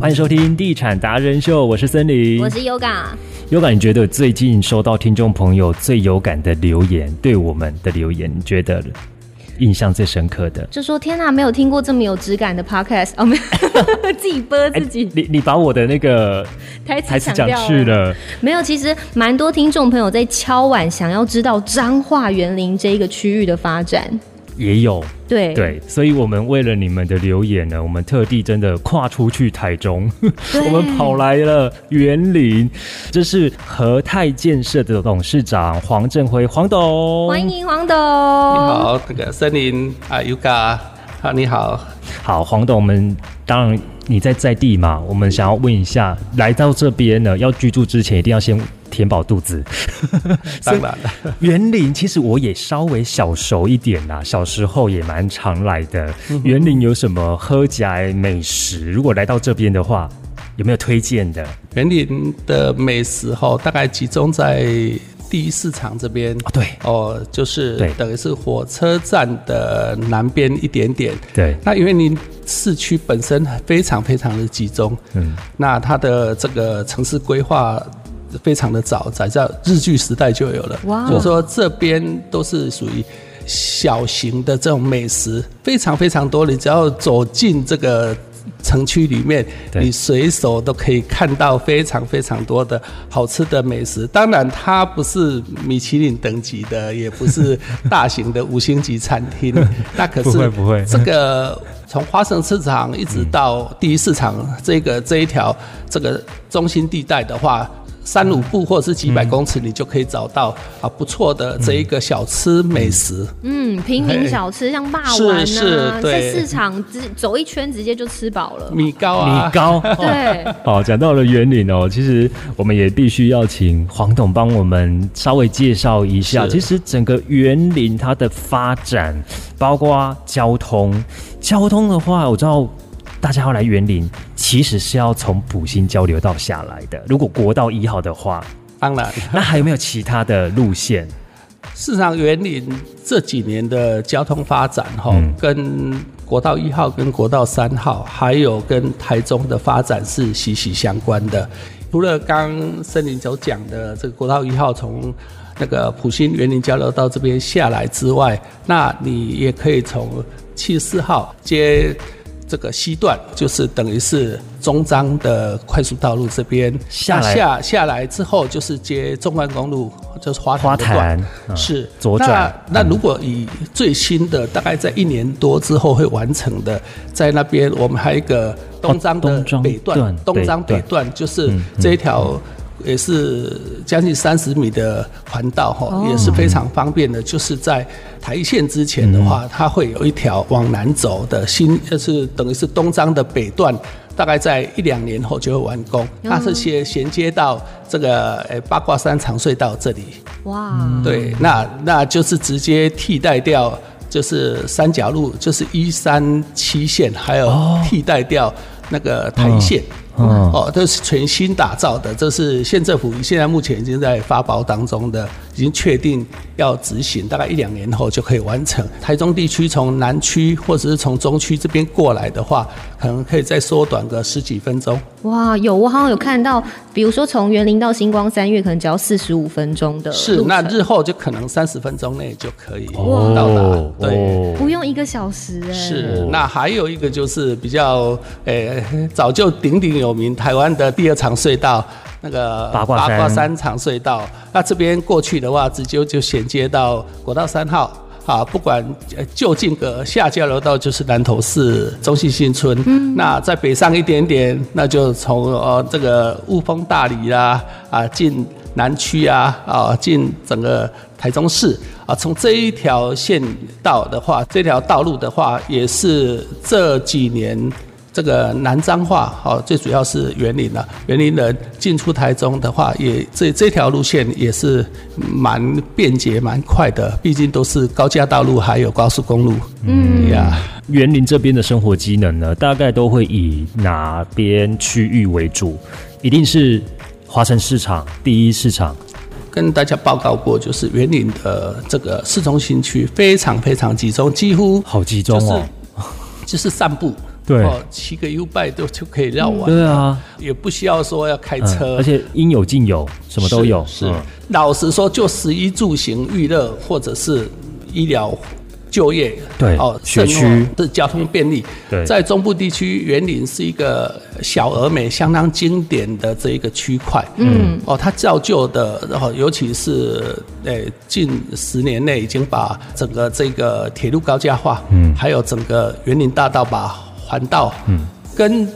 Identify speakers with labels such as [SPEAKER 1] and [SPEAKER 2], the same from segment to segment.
[SPEAKER 1] 欢迎收听《地产达人秀》，我是森林，
[SPEAKER 2] 我是 Yoga。
[SPEAKER 1] 有感，你觉得最近收到听众朋友最有感的留言，对我们的留言，你觉得印象最深刻的？
[SPEAKER 2] 就说天哪，没有听过这么有质感的 podcast 哦，没 有，自己播自己、
[SPEAKER 1] 哎你你把我的那个
[SPEAKER 2] 台
[SPEAKER 1] 台词
[SPEAKER 2] 词强
[SPEAKER 1] 讲
[SPEAKER 2] 调啊
[SPEAKER 1] 去了，
[SPEAKER 2] 没有，其实蛮多听众朋友在敲碗，想要知道彰化园林这一个区域的发展。
[SPEAKER 1] 也有
[SPEAKER 2] 对
[SPEAKER 1] 对，所以我们为了你们的留言呢，我们特地真的跨出去台中，
[SPEAKER 2] 对
[SPEAKER 1] 我们跑来了园林，这是和泰建设的董事长黄振辉黄董，
[SPEAKER 2] 欢迎黄董。
[SPEAKER 3] 你好，那个森林啊，Yuga 啊，你好，
[SPEAKER 1] 好，黄董，我们当然你在在地嘛，我们想要问一下，来到这边呢，要居住之前一定要先填饱肚 子。
[SPEAKER 3] 当然了，
[SPEAKER 1] 园林其实我也稍微小熟一点啦，小时候也蛮常来的。园林有什么喝家美食？如果来到这边的话，有没有推荐的？啊，
[SPEAKER 3] 园林的美食哈、大概集中在第一市场这边。
[SPEAKER 1] 对
[SPEAKER 3] 哦，就是
[SPEAKER 1] 对
[SPEAKER 3] 等于是火车站的南边一点点。
[SPEAKER 1] 对
[SPEAKER 3] 那因为您市区本身非常非常的集中，
[SPEAKER 1] 嗯，
[SPEAKER 3] 那它的这个城市规划非常的早，早在日据时代就有了。
[SPEAKER 2] 哇
[SPEAKER 3] 就是说这边都是属于小型的这种美食，非常非常多。你只要走进这个。城区里面，
[SPEAKER 1] 对
[SPEAKER 3] 你随手都可以看到非常非常多的好吃的美食。当然，它不是米其林等级的，也不是大型的五星级餐厅，那可是
[SPEAKER 1] 不会不会嗯
[SPEAKER 3] 这个从花生市场一直到第一市场这个这一条这个中心地带的话。三五步或是几百
[SPEAKER 1] 嗯
[SPEAKER 3] 公尺，你就可以找到啊不错的这一个小吃美食。
[SPEAKER 2] 嗯，平民小吃像霸王啊，
[SPEAKER 3] 是是
[SPEAKER 2] 在
[SPEAKER 3] 对
[SPEAKER 2] 市场直走一圈直接就吃饱 了。
[SPEAKER 3] 米糕啊，
[SPEAKER 1] 米糕。
[SPEAKER 2] 对，
[SPEAKER 1] 好，讲到了园林哦，其实我们也必须要请黄董帮我们稍微介绍一下。
[SPEAKER 3] 是
[SPEAKER 1] 其实整个园林它的发展，包括交通，交通的话，我知道大家要来园林，其实是要从埔心交流道下来的。如果国道一号的话，
[SPEAKER 3] 当然，
[SPEAKER 1] 那还有没有其他的路线？
[SPEAKER 3] 市场园林这几年的交通发展哈、
[SPEAKER 1] 嗯
[SPEAKER 3] 跟国道一号、跟国道三号，还有跟台中的发展是息息相关的。除了刚刚森林所讲的这个国道一号从那个普新园林交流道这边下来之外，那你也可以从七十四号接这个西段，就是等于是中彰的快速道路这边
[SPEAKER 1] 下来
[SPEAKER 3] 那下下来之后就是接纵贯公路，就是花
[SPEAKER 1] 花
[SPEAKER 3] 坛的段
[SPEAKER 1] 坛嗯
[SPEAKER 3] 是
[SPEAKER 1] 左转嗯
[SPEAKER 3] 那那如果以最新的，大概在一年多之后会完成的，在那边我们还有一个东张
[SPEAKER 1] 哦
[SPEAKER 3] 的
[SPEAKER 1] 东张嗯
[SPEAKER 3] 北段
[SPEAKER 1] 段，
[SPEAKER 3] 东张
[SPEAKER 1] 北
[SPEAKER 3] 北段就是这一条。也是将近三十米的环道哈
[SPEAKER 2] 哦，
[SPEAKER 3] 也是非常方便的。就是在台一线之前的
[SPEAKER 1] 嗯
[SPEAKER 3] 话，它会有一条往南走的新，就是等于是东张的北段，大概在一两年后就会完
[SPEAKER 1] 哦
[SPEAKER 3] 工。那这些衔接到这个呃八卦山长隧道这里，
[SPEAKER 2] 哇，
[SPEAKER 1] 嗯
[SPEAKER 3] 对，那那就是直接替代掉，就是三甲路，就是一三七线，还有替代掉那个台一线。
[SPEAKER 1] 哦嗯
[SPEAKER 3] 哦，这是全新打造的，这是县政府现在目前已经在发包当中的，已经确定要执行，大概一两年后就可以完成。台中地区从南区或者是从中区这边过来的话，可能可以再缩短个十几分钟。
[SPEAKER 2] 哇，有我好像有看到，比如说从园林到星光三月，可能只要四十五分钟的
[SPEAKER 3] 是，
[SPEAKER 2] 路
[SPEAKER 3] 那
[SPEAKER 2] 程
[SPEAKER 3] 日后就可能三十分钟内就可以
[SPEAKER 1] 哦
[SPEAKER 3] 到达。对。
[SPEAKER 2] 不用一个小时哎、
[SPEAKER 3] 是，那还有一个就是比较，诶、早就鼎鼎有名台湾的第二长隧道，那个
[SPEAKER 1] 八卦山
[SPEAKER 3] 山长隧道。那这边过去的话，直接就衔接到国道三号。啊，不管呃就近个下交流道就是南投市中信新村，那再北上一点点，那就从呃这个雾峰大理啦、啊，进南区啊，啊进整个台中市啊，从这一条线道的话，这条道路的话，也是这几年这个南彰化，哦，最主要是园林了、园林人进出台中的话，也这这条路线也是蛮便捷、蛮快的，毕竟都是高架道路还有高速公路。嗯呀，
[SPEAKER 1] 园林这边的生活机能呢，大概都会以哪边区域为主？一定是华城市场、第一市场，
[SPEAKER 3] 跟大家报告过，就是园林的这个市中心区非常非常集中，几乎
[SPEAKER 1] 好集中
[SPEAKER 3] 就
[SPEAKER 1] 哦
[SPEAKER 3] 是。就是散步。
[SPEAKER 1] 对
[SPEAKER 3] 哦，骑个 U 拜都就可以绕完，
[SPEAKER 1] 对啊，
[SPEAKER 3] 也不需要说要开
[SPEAKER 1] 嗯
[SPEAKER 3] 车，
[SPEAKER 1] 而且应有尽有，什么都有，
[SPEAKER 3] 是，是
[SPEAKER 1] 嗯
[SPEAKER 3] 老实说，就食衣住行、娱乐或者是医疗、就业，
[SPEAKER 1] 对学
[SPEAKER 3] 生活
[SPEAKER 1] 区
[SPEAKER 3] 是交通便利。
[SPEAKER 1] 对
[SPEAKER 3] 在中部地区，园林是一个小而美、相当经典的这一个区块。嗯，哦，它造就的，然后尤其是诶、近十年内已经把整个这个铁路高架化，嗯，还有整个园林大道把环道，嗯，跟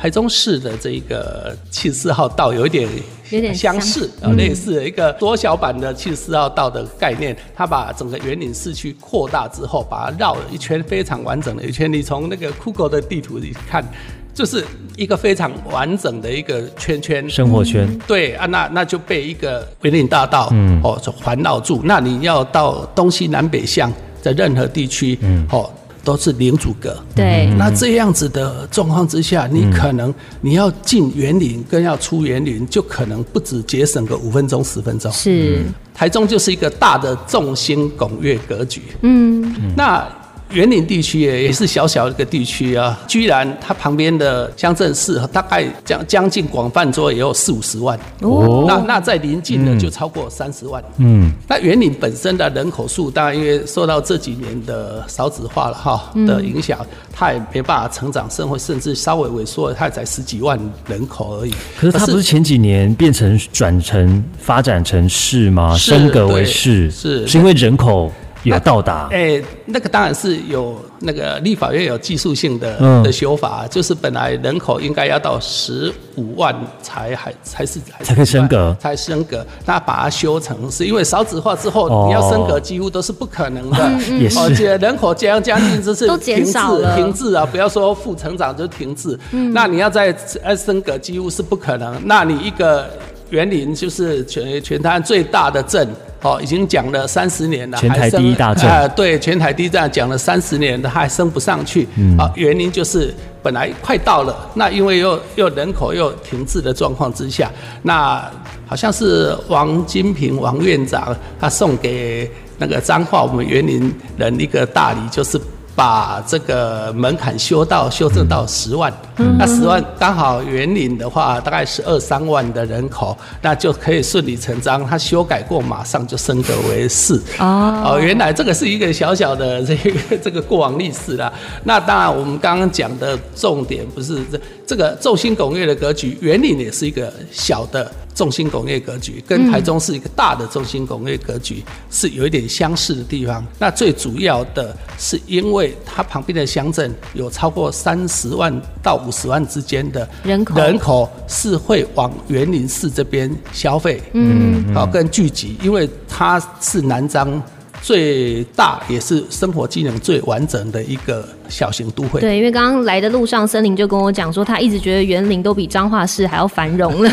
[SPEAKER 3] 台中市的这一个七十四号道有一点
[SPEAKER 2] 有点
[SPEAKER 3] 相
[SPEAKER 2] 像
[SPEAKER 3] 似。是
[SPEAKER 1] 嗯
[SPEAKER 3] 呃类似的一个缩小版的七十四号道的概念，它把整个园林市区扩大之后，把它绕了一圈，非常完整的一圈。你从那个 Google 的地图里看，就是一个非常完整的一个圈圈。
[SPEAKER 1] 生活圈，
[SPEAKER 3] 对啊，那那就被一个园林大道、
[SPEAKER 1] 嗯
[SPEAKER 3] 哦所环绕住。那你要到东西南北向，在任何地区、
[SPEAKER 1] 嗯
[SPEAKER 3] 哦都是零阻隔。
[SPEAKER 2] 对，
[SPEAKER 3] 那这样子的状况之下，你可能你要进园林跟要出园林，就可能不止节省个五分钟十分钟。
[SPEAKER 2] 是，
[SPEAKER 3] 台中就是一个大的众星拱月格局。
[SPEAKER 2] 嗯，
[SPEAKER 3] 那园林地区也也是小小一个地区啊，居然它旁边的乡镇市大概将将近广泛说也有四五十万，
[SPEAKER 1] 哦
[SPEAKER 3] 那那在临近的就超过三十万。
[SPEAKER 1] 嗯，
[SPEAKER 3] 那园林本身的人口数，当然因为受到这几年的少子化了哈
[SPEAKER 1] 嗯
[SPEAKER 3] 的影响，它也没办法成长生活，甚至稍微萎缩，它才十几万人口而已。
[SPEAKER 1] 可是它不是前几年变成转成发展成市吗？
[SPEAKER 3] 是
[SPEAKER 1] 升格为
[SPEAKER 3] 对
[SPEAKER 1] 市，
[SPEAKER 3] 是
[SPEAKER 1] 是因为人口有到达，
[SPEAKER 3] 哎、那个当然是有那个立法院有技术性的、
[SPEAKER 1] 嗯
[SPEAKER 3] 的修法，就是本来人口应该要到十五万才还才是还是
[SPEAKER 1] 才可以升格
[SPEAKER 3] 才升格，那把它修成是因为少子化之后，
[SPEAKER 1] 哦
[SPEAKER 3] 你要升格几乎都是不可能的，
[SPEAKER 1] 也是
[SPEAKER 3] 而且人口将将近就是
[SPEAKER 2] 都减少了
[SPEAKER 3] 停滞停滞啊，不要说负成长就停滞，那你要再呃升格几乎是不可能，那你一个。园林就是全全台湾最大的镇，哦，已经讲了三十年了，
[SPEAKER 1] 全台
[SPEAKER 3] 还升
[SPEAKER 1] 第一大镇
[SPEAKER 3] 啊对，全台地站讲了三十年，它还升不上去。
[SPEAKER 1] 嗯
[SPEAKER 3] 啊，原因就是本来快到了，那因为又又人口又停滞的状况之下，那好像是王金平王院长他送给那个彰化我们园林人一个大礼，就是。把这个门槛修到修正到十万，那十万刚好园林的话大概是二三万的人口，那就可以顺理成章，他修改过马上就升格为市。
[SPEAKER 2] 哦，
[SPEAKER 3] 哦，原来这个是一个小小的这个这个过往历史啦。那当然，我们刚刚讲的重点不是这这个众星拱月的格局，园林也是一个小的众星拱月格局，
[SPEAKER 2] 嗯
[SPEAKER 3] 跟台中是一个大的众星拱月格局是有一点相似的地方。那最主要的是因为它旁边的乡镇有超过三十万到五十万之间的
[SPEAKER 2] 人口
[SPEAKER 3] 人口是会往园林市这边消费，嗯，好、跟聚集，因为它是南漳最大也是生活机能最完整的一个小型都会。
[SPEAKER 2] 对，因为刚刚来的路上，森林就跟我讲说，他一直觉得园林都比彰化市还要繁荣了。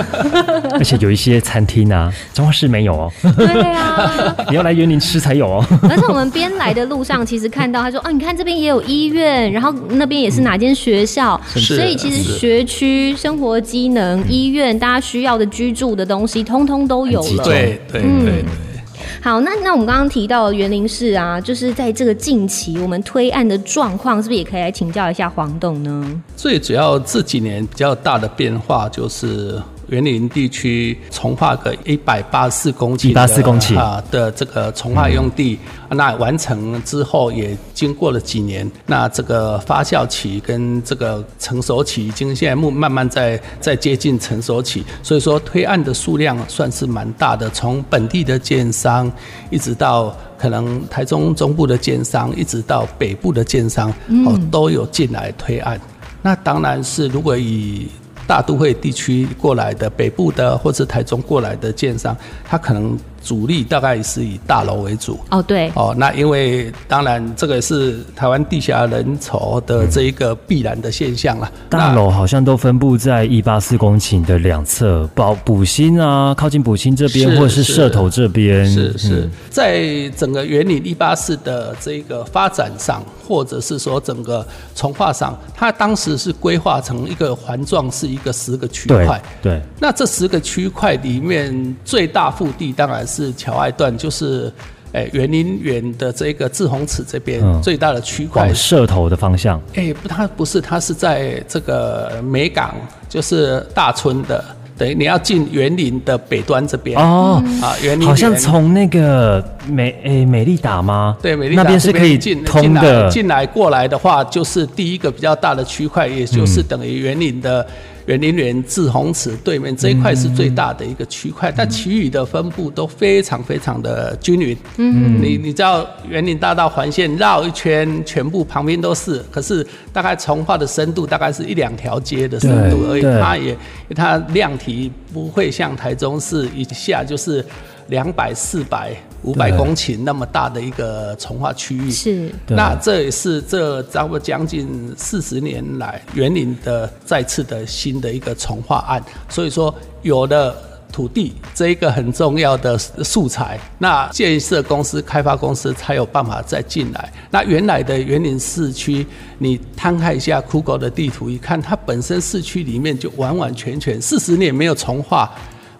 [SPEAKER 1] 而且有一些餐厅啊，彰化市没有哦，
[SPEAKER 2] 对啊，
[SPEAKER 1] 你要来园林吃才有哦。
[SPEAKER 2] 而且我们边来的路上，其实看到他说，哦，你看这边也有医院，然后那边也是哪间学校，
[SPEAKER 3] 是
[SPEAKER 2] 所以其实
[SPEAKER 3] 是
[SPEAKER 2] 学区、生活机能、医院，大家需要的居住的东西，通通都有
[SPEAKER 1] 很集
[SPEAKER 2] 了
[SPEAKER 1] 中。
[SPEAKER 3] 对对
[SPEAKER 2] 嗯
[SPEAKER 3] 对
[SPEAKER 2] 好，那那我们刚刚提到的园林市啊，就是在这个近期我们推案的状况，是不是也可以来请教一下黄董呢？
[SPEAKER 3] 最主要这几年比较大的变化就是园林地区重划个一百八十四公顷的
[SPEAKER 1] 184公顷
[SPEAKER 3] 啊的这个重化用地，那完成之后也经过了几年，那这个发酵期跟这个成熟期已经现在慢慢慢在在接近成熟期，所以说推案的数量算是蛮大的，从本地的建商一直到。可能台中中部的建商，一直到北部的建商，哦，都有进来推案。那当然是，如果以大都会地区过来的北部的或是台中过来的建商，他可能主力大概是以大楼为主。
[SPEAKER 2] 哦，对，
[SPEAKER 3] 哦，那因为当然这个是台湾地下人潮的这一个必然的现象啦。
[SPEAKER 1] 大楼好像都分布在一八四公顷的两侧，保补新啊，靠近补新这边，
[SPEAKER 3] 是
[SPEAKER 1] 或者是
[SPEAKER 3] 是
[SPEAKER 1] 社头这边，
[SPEAKER 3] 是是
[SPEAKER 1] 嗯，
[SPEAKER 3] 在整个园林一八四的这个发展上，或者是说整个从化上，它当时是规划成一个环状是一个十个区
[SPEAKER 1] 对
[SPEAKER 3] 块。
[SPEAKER 1] 对，
[SPEAKER 3] 那这十个区块里面最大腹地当然是桥外段，就是哎园林园的这个志宏池这边
[SPEAKER 1] 嗯
[SPEAKER 3] 最大的区块
[SPEAKER 1] 往社头的方向，
[SPEAKER 3] 哎，不，它不是，它是在这个美港，就是大村的，等于你要进园林的北端这边
[SPEAKER 1] 哦，
[SPEAKER 3] 啊，园林
[SPEAKER 1] 好像
[SPEAKER 3] 园
[SPEAKER 1] 从那个美诶、美丽达吗？
[SPEAKER 3] 对美丽
[SPEAKER 1] 那
[SPEAKER 3] 岛
[SPEAKER 1] 边是
[SPEAKER 3] 这
[SPEAKER 1] 可以
[SPEAKER 3] 进
[SPEAKER 1] 通
[SPEAKER 3] 进来
[SPEAKER 1] 的，
[SPEAKER 3] 进来过来的话，就是第一个比较大的区块，也就是等于园林
[SPEAKER 1] 嗯
[SPEAKER 3] 的园林园志宏池对面这一块是最大的一个区
[SPEAKER 1] 嗯
[SPEAKER 3] 块，但其余的分布都非常非常的均匀。嗯，你你知道园林大道环线绕一圈，全部旁边都是，可是大概从化的深度大概是一两条街的深度而已，
[SPEAKER 1] 对
[SPEAKER 3] 它也它量体不会像台中市一下就是两百、四百、五百
[SPEAKER 1] 对
[SPEAKER 3] 公顷那么大的一个从化区域。
[SPEAKER 2] 是
[SPEAKER 1] 对
[SPEAKER 3] 那这也是这差不多将近四十年来园林的再次的新的一个重化案，所以说有了土地这一个很重要的素材，那建设公司、开发公司才有办法再进来。那原来的园林市区，你摊开一下 Google 的地图，一看它本身市区里面就完完全全四十年没有重化，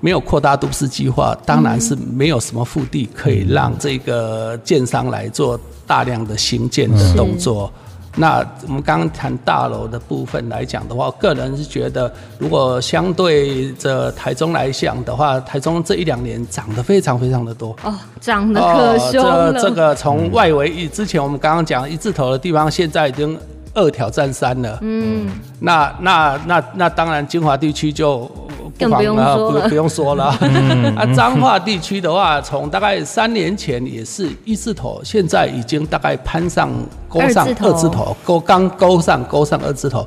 [SPEAKER 3] 没有扩大都市计划，当然是没有什么腹地可以让这个建商来做大量的新建的动作。那我们刚刚谈大楼的部分来讲的话，我个人是觉得，如果相对着台中来讲的话，台中这一两年涨得非常非常的多。
[SPEAKER 2] 哦，长得可凶
[SPEAKER 3] 哦
[SPEAKER 2] 了。、
[SPEAKER 3] 这这个从外围一之前我们刚刚讲一字头的地方，现在已经二挑战三了。嗯，那那那那当然，金华地区就
[SPEAKER 2] 更不用
[SPEAKER 3] 妨呃
[SPEAKER 2] 说了
[SPEAKER 3] 不不用 说了。啊，彰化地区的话，从大概三年前也是一字头，现在已经大概攀上勾上
[SPEAKER 2] 二字头
[SPEAKER 3] 二字头，勾刚勾上勾上二字头。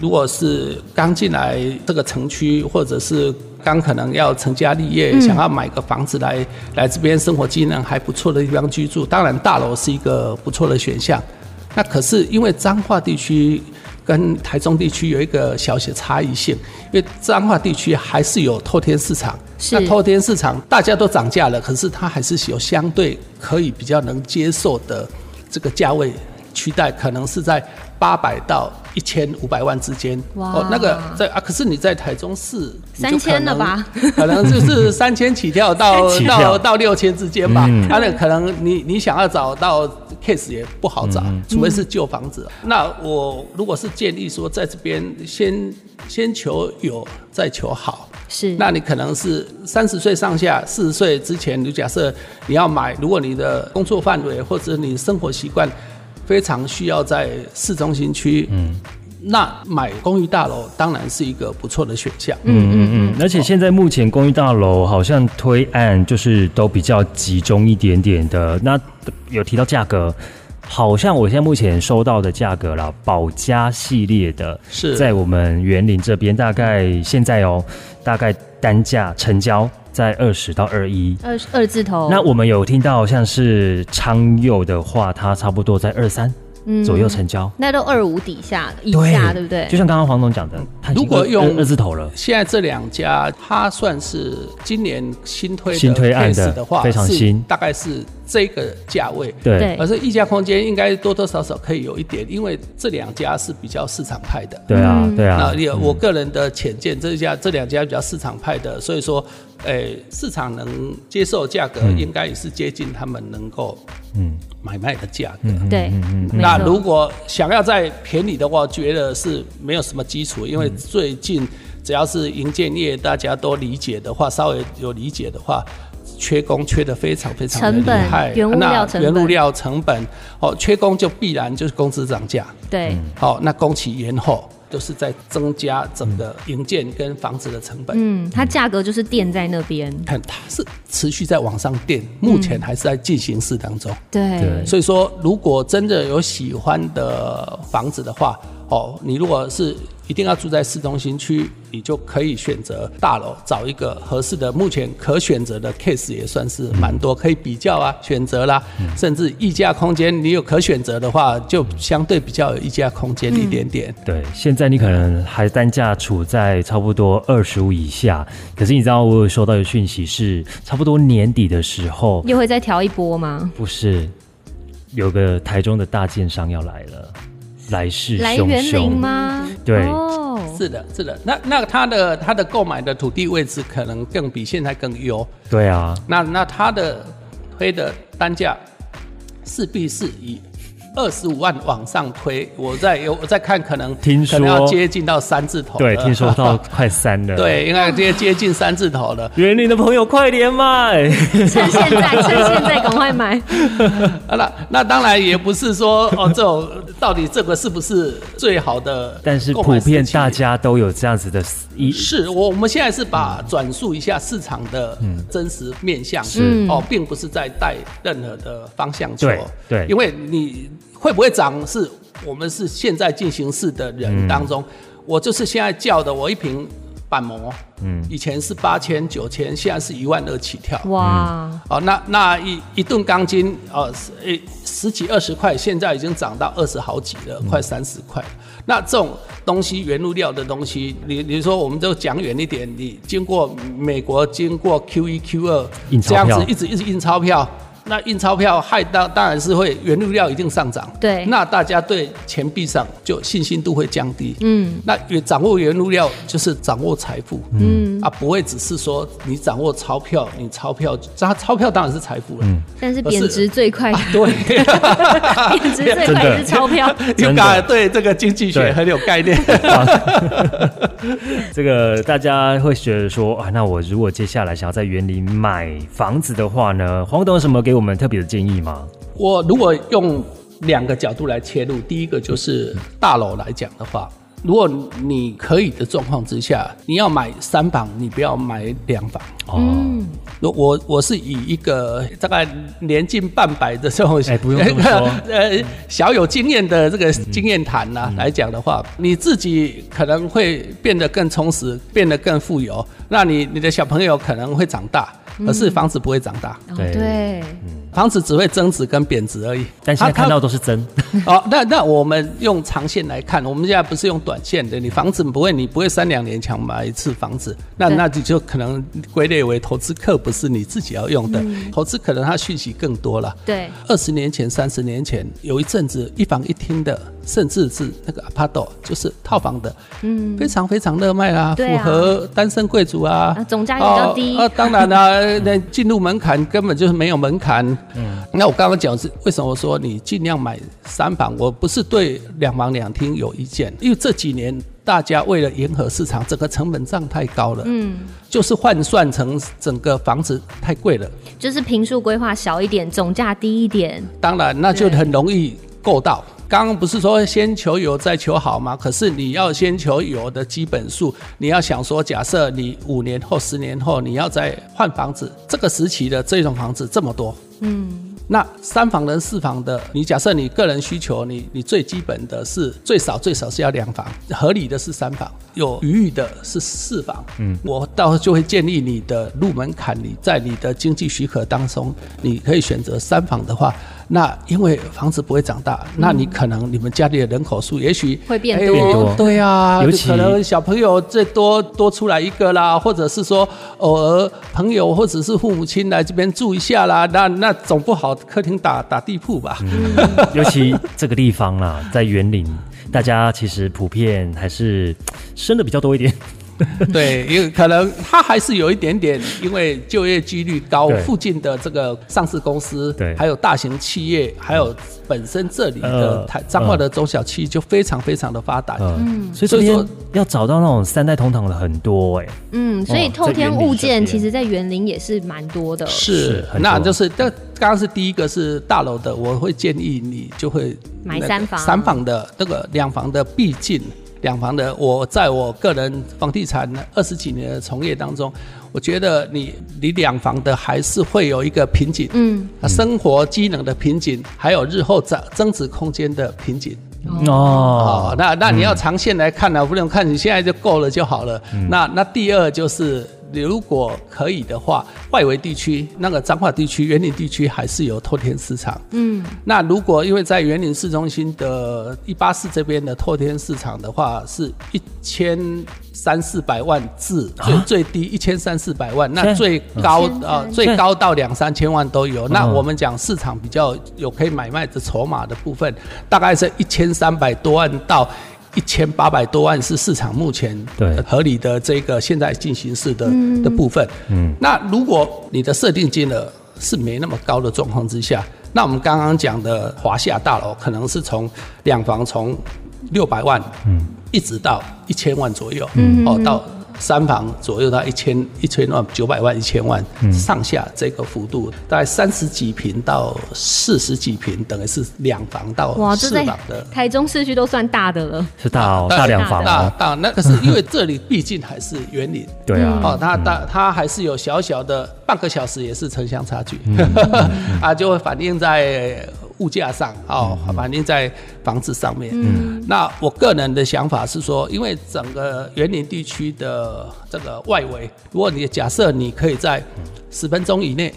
[SPEAKER 3] 如果是刚进来这个城区，或者是刚可能要成家立业，想要买个房子来来这边生活机能还不错的地方居住，当然大楼是一个不错的选项。那可是因为彰化地区跟台中地区有一个小些差异性，因为彰化地区还是有透天市场，
[SPEAKER 2] 是
[SPEAKER 3] 那透天市场大家都涨价了，可是它还是有相对可以比较能接受的这个价位区带，可能是在八百到一千五百万之间。
[SPEAKER 2] 哇
[SPEAKER 3] 那个在啊，可是你在台中市你就可
[SPEAKER 2] 3000
[SPEAKER 3] 能
[SPEAKER 2] 了吧
[SPEAKER 3] 可能就是 三千起跳到
[SPEAKER 1] 3000
[SPEAKER 3] 到到六千之间吧
[SPEAKER 1] 嗯。
[SPEAKER 3] 它那可能你你想要找到 case 也不好找，除非是旧房子。那我如果是建议说，在这边先先求有，再求好。
[SPEAKER 2] 是
[SPEAKER 3] 那你可能是三十岁上下，四十岁之前，你假设你要买，如果你的工作范围或者你生活习惯非常需要在市中心区，嗯，那买公寓大楼当然是一个不错的选项。
[SPEAKER 1] 嗯嗯嗯，而且现在目前公寓大楼好像推案就是都比较集中一点点的。那有提到价格，好像我现在目前收到的价格啦，保家系列的，
[SPEAKER 3] 是
[SPEAKER 1] 在我们园林这边大概现在哦，大概单价成交在二十到二一。
[SPEAKER 2] 二二字
[SPEAKER 3] 哦
[SPEAKER 2] 头，
[SPEAKER 1] 那我们有听到像是昌佑的话，它差不多在二三左右成交。
[SPEAKER 2] 那都二五底下嗯以下，对不对
[SPEAKER 1] 就？像刚刚黄总讲的，它已经
[SPEAKER 3] 如果
[SPEAKER 1] 二
[SPEAKER 3] 用
[SPEAKER 1] 二二字头了，
[SPEAKER 3] 现在这两家，它算是今年新推的
[SPEAKER 1] 新推案
[SPEAKER 3] case
[SPEAKER 1] 的
[SPEAKER 3] 的话，
[SPEAKER 1] 非常
[SPEAKER 3] 是
[SPEAKER 1] 新
[SPEAKER 3] 大概是这个价位。
[SPEAKER 1] 对
[SPEAKER 2] 对
[SPEAKER 3] 而是溢价空间应该多多少少可以有一点，因为这两家是比较市场派的。
[SPEAKER 1] 对啊
[SPEAKER 2] 嗯
[SPEAKER 1] 对啊
[SPEAKER 3] 那，也我个人的浅见，这一家这两家比较市场派的，所以说，诶、市场能接受的价格，应该也是接近他们能够
[SPEAKER 1] 嗯。
[SPEAKER 3] 买卖的价格。
[SPEAKER 2] 对，没
[SPEAKER 3] 那
[SPEAKER 2] 错
[SPEAKER 3] 如果想要再便宜的话，我觉得是没有什么基础，因为
[SPEAKER 1] 嗯
[SPEAKER 3] 最近只要是营建业，大家都理解的话，稍微有理解的话。缺工缺的非常非常的
[SPEAKER 2] 成
[SPEAKER 3] 厉
[SPEAKER 2] 本
[SPEAKER 3] 害，
[SPEAKER 2] 原物料
[SPEAKER 3] 那
[SPEAKER 2] 成
[SPEAKER 3] 原物
[SPEAKER 2] 本
[SPEAKER 3] 料成本哦，缺工就必然就是工资涨价，
[SPEAKER 2] 对
[SPEAKER 3] 好、那工期延后都是在增加整个营建跟房子的成本。
[SPEAKER 2] 嗯，它价格就是垫在那边，
[SPEAKER 3] 看它是持续在往上垫，目前还是在进行式当中。
[SPEAKER 1] 对
[SPEAKER 2] 对，
[SPEAKER 3] 所以说，如果真的有喜欢的房子的话，哦，你如果是一定要住在市中心区，你就可以选择大楼，找一个合适的。目前可选择的 case 也算是蛮多，可以比较啊，选择啦，甚至溢价空间，你有可选择的话，就相对比较有溢价空间一点点。
[SPEAKER 1] 对，现在你可能还单价处在差不多二十五以下，可是你知道我有收到的讯息是，差不多年底的时候，
[SPEAKER 2] 又会再调一波吗？
[SPEAKER 1] 不是有个台中的大建商要来了，来势
[SPEAKER 2] 来
[SPEAKER 1] 汹
[SPEAKER 2] 园林
[SPEAKER 1] 汹。
[SPEAKER 2] 吗？
[SPEAKER 1] 对
[SPEAKER 2] 哦，
[SPEAKER 3] 是的，是的，那那它的它的购买的土地位置可能更比现在更优，
[SPEAKER 1] 对啊，
[SPEAKER 3] 那那它的推的单价势必是以二十五万往上推。我在有我在看，可能
[SPEAKER 1] 听说
[SPEAKER 3] 可能要接近到三字头了。
[SPEAKER 1] 对，听说 到快三了。，
[SPEAKER 3] 对，应该接接近三字头了。
[SPEAKER 1] 园林的朋友快点买！
[SPEAKER 2] 趁现在，趁现在赶快买。
[SPEAKER 3] 啊，那那当然也不是说哦，这种到底这个是不是最好的？
[SPEAKER 1] 但是普遍大。家都有这样子的一
[SPEAKER 3] 是我我们现在是把转述一下市场的真实面向，
[SPEAKER 1] 嗯是
[SPEAKER 3] 哦，并不是在带任何的方向错
[SPEAKER 1] 对，对
[SPEAKER 3] 因为你会不会涨是我们是现在进行式的
[SPEAKER 1] 嗯
[SPEAKER 3] 人当中，我就是现在叫的，我一瓶板模，嗯，以前是八千九千，现在是一万二起跳，
[SPEAKER 2] 哇，
[SPEAKER 3] 哦，那那一一吨钢筋哦，十诶十几二十块，现在已经涨到二十好几了，
[SPEAKER 1] 嗯
[SPEAKER 3] 快三十块了。那这种东西，原物料的东西，你你说我们就讲远一点，你经过美国，经过 Q 一 Q 二
[SPEAKER 1] 印钞
[SPEAKER 3] 这
[SPEAKER 1] 票
[SPEAKER 3] 样子一直一直印钞票，那印钞票害当当然是会原物料一定上涨，
[SPEAKER 2] 对
[SPEAKER 3] 那大家对钱币上就信心度会降低，嗯，那也掌握原物料就是掌握财富，嗯啊，不会只是说你掌握钞票，你钞票，它钞票当然是财富了，嗯，啊
[SPEAKER 2] 但是贬值最快的，
[SPEAKER 3] 对，
[SPEAKER 2] 贬值最快的是钞 票。
[SPEAKER 1] 真的
[SPEAKER 3] 应该对这个经济
[SPEAKER 1] 对
[SPEAKER 3] 学很有概念。
[SPEAKER 1] 这个大家会觉得说啊，那我如果接下来想要在园林买房子的话呢，黄董有什么给我们特别的建议吗？
[SPEAKER 3] 我如果用两个角度来切入，第一个就是大楼来讲的话，如果你可以的状况之下，你要买三房，你不要买两房。
[SPEAKER 1] 哦，
[SPEAKER 2] 嗯
[SPEAKER 3] 我我我是以一个大概年近半百的这种，
[SPEAKER 1] 哎不用这么说
[SPEAKER 3] 呃，小有经验的这个经验谈呢、来讲的话，你自己可能会变得更充实，变得更富有，那你你的小朋友可能会长大，
[SPEAKER 1] 嗯
[SPEAKER 3] 可是房子不会长大，
[SPEAKER 2] 哦
[SPEAKER 1] 对
[SPEAKER 2] 对，
[SPEAKER 3] 房子只会增值跟贬值而已。
[SPEAKER 1] 但现在
[SPEAKER 3] 它
[SPEAKER 1] 看
[SPEAKER 3] 它
[SPEAKER 1] 到都是真，
[SPEAKER 3] 哦，那那我们用长线来看，我们现在不是用短线的。你房子不会，你不会三两年强买一次房子，那
[SPEAKER 2] 对
[SPEAKER 3] 那你就可能归类为投资客，不是你自己要用的。投资可能它讯息更多了。
[SPEAKER 2] 对，
[SPEAKER 3] 二十年前、三十年前，有一阵子一房一厅的，甚至是那个 apart 就是套房的，嗯，非常非常热卖啦，
[SPEAKER 2] 对啊
[SPEAKER 3] 符合单身贵族啊，
[SPEAKER 2] 啊总价也比较低
[SPEAKER 3] 哦呃当然啦、 那进入门槛根本就是没有门槛。嗯，那我刚刚讲是为什么我说你尽量买三房，我不是对两房两厅有意见，因为这几年大家为了迎合市场，整个成本账太高了，嗯，就是换算成整个房子太贵了。
[SPEAKER 2] 就是平数规划小一点，总价低一点。
[SPEAKER 3] 当然，那就很容易够到。刚刚不是说先求有再求好吗？可是你要先求有的基本数，你要想说，假设你五年后、十年后你要再换房子，这个时期的这种房子这么多，嗯，那三房人、四房的，你假设你个人需求，你你最基本的是最少最少是要两房，合理的是三房，有余裕的是四房，嗯，我到时候就会建议你的入门槛，你在你的经济许可当中，你可以选择三房的话。那因为房子不会长大，那你可能你们家里的人口数也许
[SPEAKER 2] 会变
[SPEAKER 3] 哎
[SPEAKER 2] 多
[SPEAKER 1] 变多
[SPEAKER 3] 对啊，
[SPEAKER 1] 尤
[SPEAKER 3] 有
[SPEAKER 1] 其
[SPEAKER 3] 可能小朋友最多多出来一个啦，或者是说偶尔朋友或者是父母亲来这边住一下啦，那那总不好客厅打打地铺吧？
[SPEAKER 1] 嗯尤其这个地方啦，在园林，大家其实普遍还是生的比较多一点。
[SPEAKER 3] 对，因为可能他还是有一点点，因为就业几率高
[SPEAKER 1] 对，
[SPEAKER 3] 附近的这个上市公司，
[SPEAKER 1] 对
[SPEAKER 3] 还有大型企业，还有本身这里的
[SPEAKER 1] 呃
[SPEAKER 3] 台彰化的中小企业就非常非常的发达。
[SPEAKER 1] 嗯，所以这
[SPEAKER 3] 所以说
[SPEAKER 1] 边要找到那种三代同堂的很多哎、
[SPEAKER 2] 嗯，所以
[SPEAKER 1] 哦
[SPEAKER 2] 透
[SPEAKER 1] 在园
[SPEAKER 2] 天
[SPEAKER 1] 林
[SPEAKER 2] 物
[SPEAKER 1] 这
[SPEAKER 2] 件
[SPEAKER 1] 边
[SPEAKER 2] 其实在园林也是蛮多的。
[SPEAKER 1] 是
[SPEAKER 3] 是
[SPEAKER 1] 很，
[SPEAKER 3] 那
[SPEAKER 1] 多
[SPEAKER 3] 就是但刚刚是第一个是大楼的，我会建议你就会
[SPEAKER 2] 买
[SPEAKER 3] 那个
[SPEAKER 2] 三房
[SPEAKER 3] 三房的那个两房的必进。两房的，我在我个人房地产二十几年的从业当中，我觉得你你两房的还是会有一个瓶颈，
[SPEAKER 2] 嗯，
[SPEAKER 3] 啊生活机能的瓶颈，还有日后增增值空间的瓶颈。哦
[SPEAKER 1] 哦，，
[SPEAKER 3] 那那你要长线来看呢、不用看你现在就够了就好了。那那第二就是，你如果可以的话，外围地区那个彰化地区、园林地区还是有透天市场。嗯，那如果因为在园林市中心的一八四这边的透天市场的话，是一千三四百万至
[SPEAKER 1] 啊
[SPEAKER 3] 最最低一千三四百万，
[SPEAKER 1] 现在
[SPEAKER 3] 那最高
[SPEAKER 2] 嗯
[SPEAKER 3] 呃
[SPEAKER 2] 1300
[SPEAKER 3] 最高到两三千万都有。那
[SPEAKER 1] 嗯
[SPEAKER 3] 我们讲市场比较有可以买卖的筹码的部分，大概是一千三百多万到。一千八百多万是市场目前
[SPEAKER 1] 对
[SPEAKER 3] 呃合理的这个现在进行式的、的部分。嗯，那如果你的设定金额是没那么高的状况之下，那我们刚刚讲的华夏大楼可能是从两房从六百万，嗯，一直到一千万左右，嗯，哦，到三房左右到一千一千万九百万一千万上下这个幅度，大概三十几平到四十几平，等于是两房
[SPEAKER 2] 哇，
[SPEAKER 3] 到
[SPEAKER 2] 这
[SPEAKER 3] 四
[SPEAKER 2] 在
[SPEAKER 3] 房哦的。
[SPEAKER 2] 台中市区都算大的了。
[SPEAKER 1] 是大哦，
[SPEAKER 3] 大
[SPEAKER 1] 大两房
[SPEAKER 3] 大
[SPEAKER 1] 哦，
[SPEAKER 3] 大那个是因为这里毕竟还是园林，
[SPEAKER 1] 对啊，
[SPEAKER 3] 哦，它它它还是有小小的半个小时，也是城乡差距， 啊，就会反映在物价上，哦，反映在房子上面。嗯，那我个人的想法是说，因为整个园林地区的这个外围，如果你假设你可以在十分钟以内，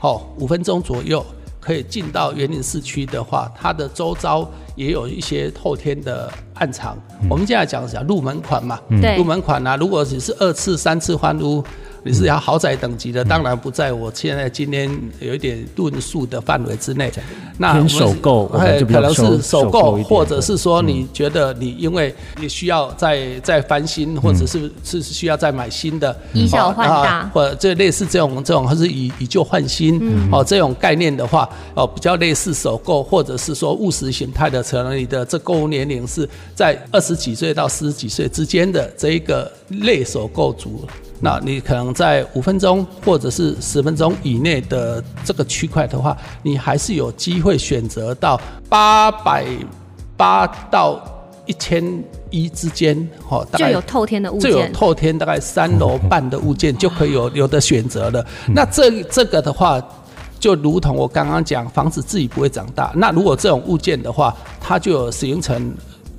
[SPEAKER 3] 哦，五分钟左右。可以进到园林市区的话，它的周遭也有一些透天的暗藏。我们现在讲讲入门款嘛，
[SPEAKER 2] 对
[SPEAKER 3] 入门款啊，如果你是二次、三次换屋，你是要豪宅等级的，当然不在我现在今天有一点论述的范围之内。那
[SPEAKER 1] 偏
[SPEAKER 3] 我们是
[SPEAKER 1] 首购我们
[SPEAKER 3] 哎
[SPEAKER 1] 就比
[SPEAKER 3] 可
[SPEAKER 1] 较
[SPEAKER 3] 能
[SPEAKER 1] 收
[SPEAKER 3] 是首
[SPEAKER 1] 首购
[SPEAKER 3] 购
[SPEAKER 1] 一，点
[SPEAKER 3] 或者是说你觉得你因为你需要再再翻新，或者是是是需要再买新的，
[SPEAKER 2] 嗯以小
[SPEAKER 3] 哦
[SPEAKER 2] 换大
[SPEAKER 3] 啊或者这类似这种这种，它是以以旧换新、
[SPEAKER 2] 嗯
[SPEAKER 3] 哦，这种概念的话，哦，比较类似首购，或者是说务实形态的，可能你的这购物年龄是在二十几岁到四十几岁之间的这一个类首购族。那你可能在五分钟或者是十分钟以内的这个区块的话，你还是有机会选择到八百八到一千一之间，哦，大
[SPEAKER 2] 就
[SPEAKER 3] 概
[SPEAKER 2] 有透天的物
[SPEAKER 3] 就有
[SPEAKER 2] 件，
[SPEAKER 3] 透天大概三楼半的物件就可 以有有的选择了。那这这个的话，就如同我刚刚讲，房子自己不会长大。那如果这种物件的话，它就有形成。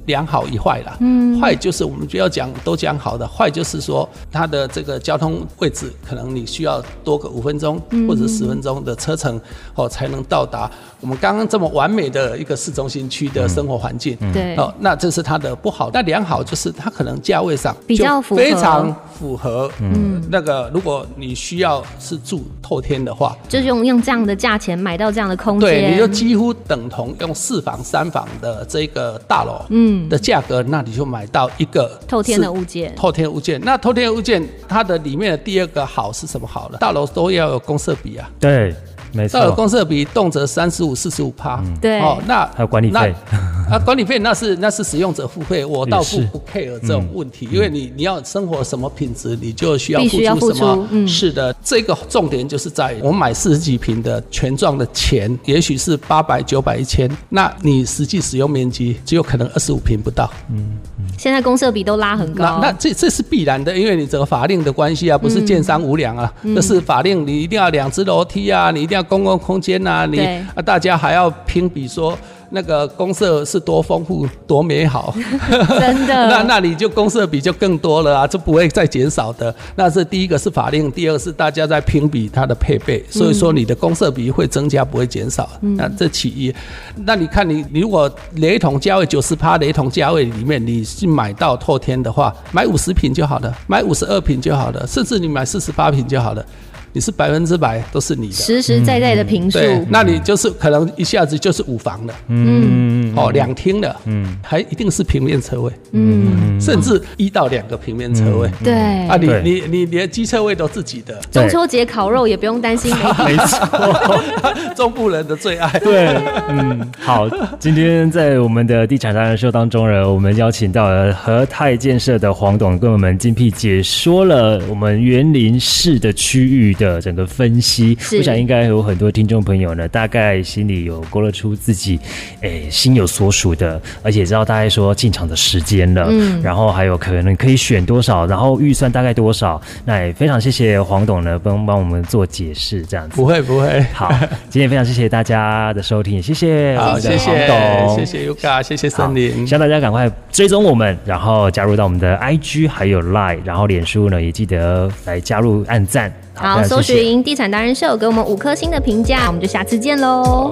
[SPEAKER 3] 良好与坏啦，嗯，坏就是我们不要讲都讲好的，坏就是说它的这个交通位置，可能你需要多个五分钟
[SPEAKER 2] 嗯
[SPEAKER 3] 或者十分钟的车程哦，才能到达我们刚刚这么完美的一个市中心区的生活环境，
[SPEAKER 2] 对
[SPEAKER 3] 哦，那这是它的不好。那良好就是它可能价位上
[SPEAKER 2] 比较
[SPEAKER 3] 就
[SPEAKER 2] 符合
[SPEAKER 3] 非常符合，嗯，那个如果你需要是住透天的话，
[SPEAKER 2] 就是用用这样的价钱买到这样的空间，
[SPEAKER 3] 对，你就几乎等同用四房、三房的这个大楼，嗯，的价格，那你就买到一个
[SPEAKER 2] 透天的
[SPEAKER 3] 是
[SPEAKER 2] 物件。
[SPEAKER 3] 透天物件，那透天物件它的里面的第二个好是什么好呢？大楼都要有公设比啊，
[SPEAKER 1] 对，没
[SPEAKER 3] 大楼
[SPEAKER 1] 错，嗯
[SPEAKER 3] 公设比动辄三十五、四十五趴，
[SPEAKER 2] 对
[SPEAKER 3] 哦，那
[SPEAKER 1] 还有管理费
[SPEAKER 3] 那 啊，管理费那是那是使用者付费，我倒不
[SPEAKER 1] 也是
[SPEAKER 3] 不 care 这种问
[SPEAKER 1] 嗯
[SPEAKER 3] 题，因为你你要生活什么品质，你就需要
[SPEAKER 2] 必须要
[SPEAKER 3] 付
[SPEAKER 2] 付出
[SPEAKER 3] 出什么。
[SPEAKER 2] 嗯
[SPEAKER 3] 是的，这个重点就是在于我买四十几平的全幢的钱，也许是八百、九百、一千，那你实际使用面积只有可能二十五平不到。
[SPEAKER 2] 现在公社比都拉很
[SPEAKER 3] 那
[SPEAKER 2] 高，嗯
[SPEAKER 3] 那这这是必然的，因为你整个法令的关系啊，不是建商无良啊，这是法令，你一定要两只楼梯啊，你一定要公共空间啊，你
[SPEAKER 2] 对
[SPEAKER 3] 啊大家还要评比说那个公社是多丰富多美好，
[SPEAKER 2] 真的
[SPEAKER 3] 那 那你就公社比就更多了啊，这不会再减少的。那是第一个是法令，第二是大家在评比它的配备，所以说你的公社比会增加，不会减少。那这其一，那你看你你如果雷同价位九十趴雷同价位里面，你是买到透天的话，买五十平就好了，买五十二平就好了，甚至你买四十八平就好了，你是百分之百都是你的。
[SPEAKER 2] 实实在在的平数，
[SPEAKER 3] 对，那你就是可能一下子就是五房了，嗯，哦，两厅了，嗯，还一定是平面车位，嗯，甚至一到两个平面车位，
[SPEAKER 2] 对
[SPEAKER 3] 啊，你
[SPEAKER 1] 对
[SPEAKER 3] 你你连机车位都自己的，
[SPEAKER 2] 中秋节烤肉也不用担心哦没地
[SPEAKER 1] 没错。
[SPEAKER 3] 中部人的最爱，
[SPEAKER 1] 对，嗯，好，今天在我们的地产达人秀当中呢，我们邀请到了和泰建设的黄董跟我们精辟解说了我们园林市的区域的整个分析。
[SPEAKER 2] 是
[SPEAKER 1] 我想应该有很多听众朋友呢，大概心里有勾勒出自己，哎，心有所属的，而且知道大概说进场的时间了，嗯，然后还有可能可以选多少，然后预算大概多少。那也非常谢谢黄董呢，帮帮我们做解释这样子。
[SPEAKER 3] 不会不会，
[SPEAKER 1] 好，今天非常谢谢大家的收听，也谢谢我
[SPEAKER 3] 好，
[SPEAKER 1] 们的
[SPEAKER 3] 谢
[SPEAKER 1] 黄
[SPEAKER 3] 谢
[SPEAKER 1] 董，
[SPEAKER 3] 谢谢 Yuka，谢谢森林
[SPEAKER 1] 希，望大家赶快追踪我们，然后加入到我们的 IG 还有 Line，然后脸书呢也记得来加入按赞。
[SPEAKER 2] 好，
[SPEAKER 1] 非常
[SPEAKER 2] 搜
[SPEAKER 1] 谢谢
[SPEAKER 2] 寻地产达人秀，给我们五颗星的评价，我们就下次见喽。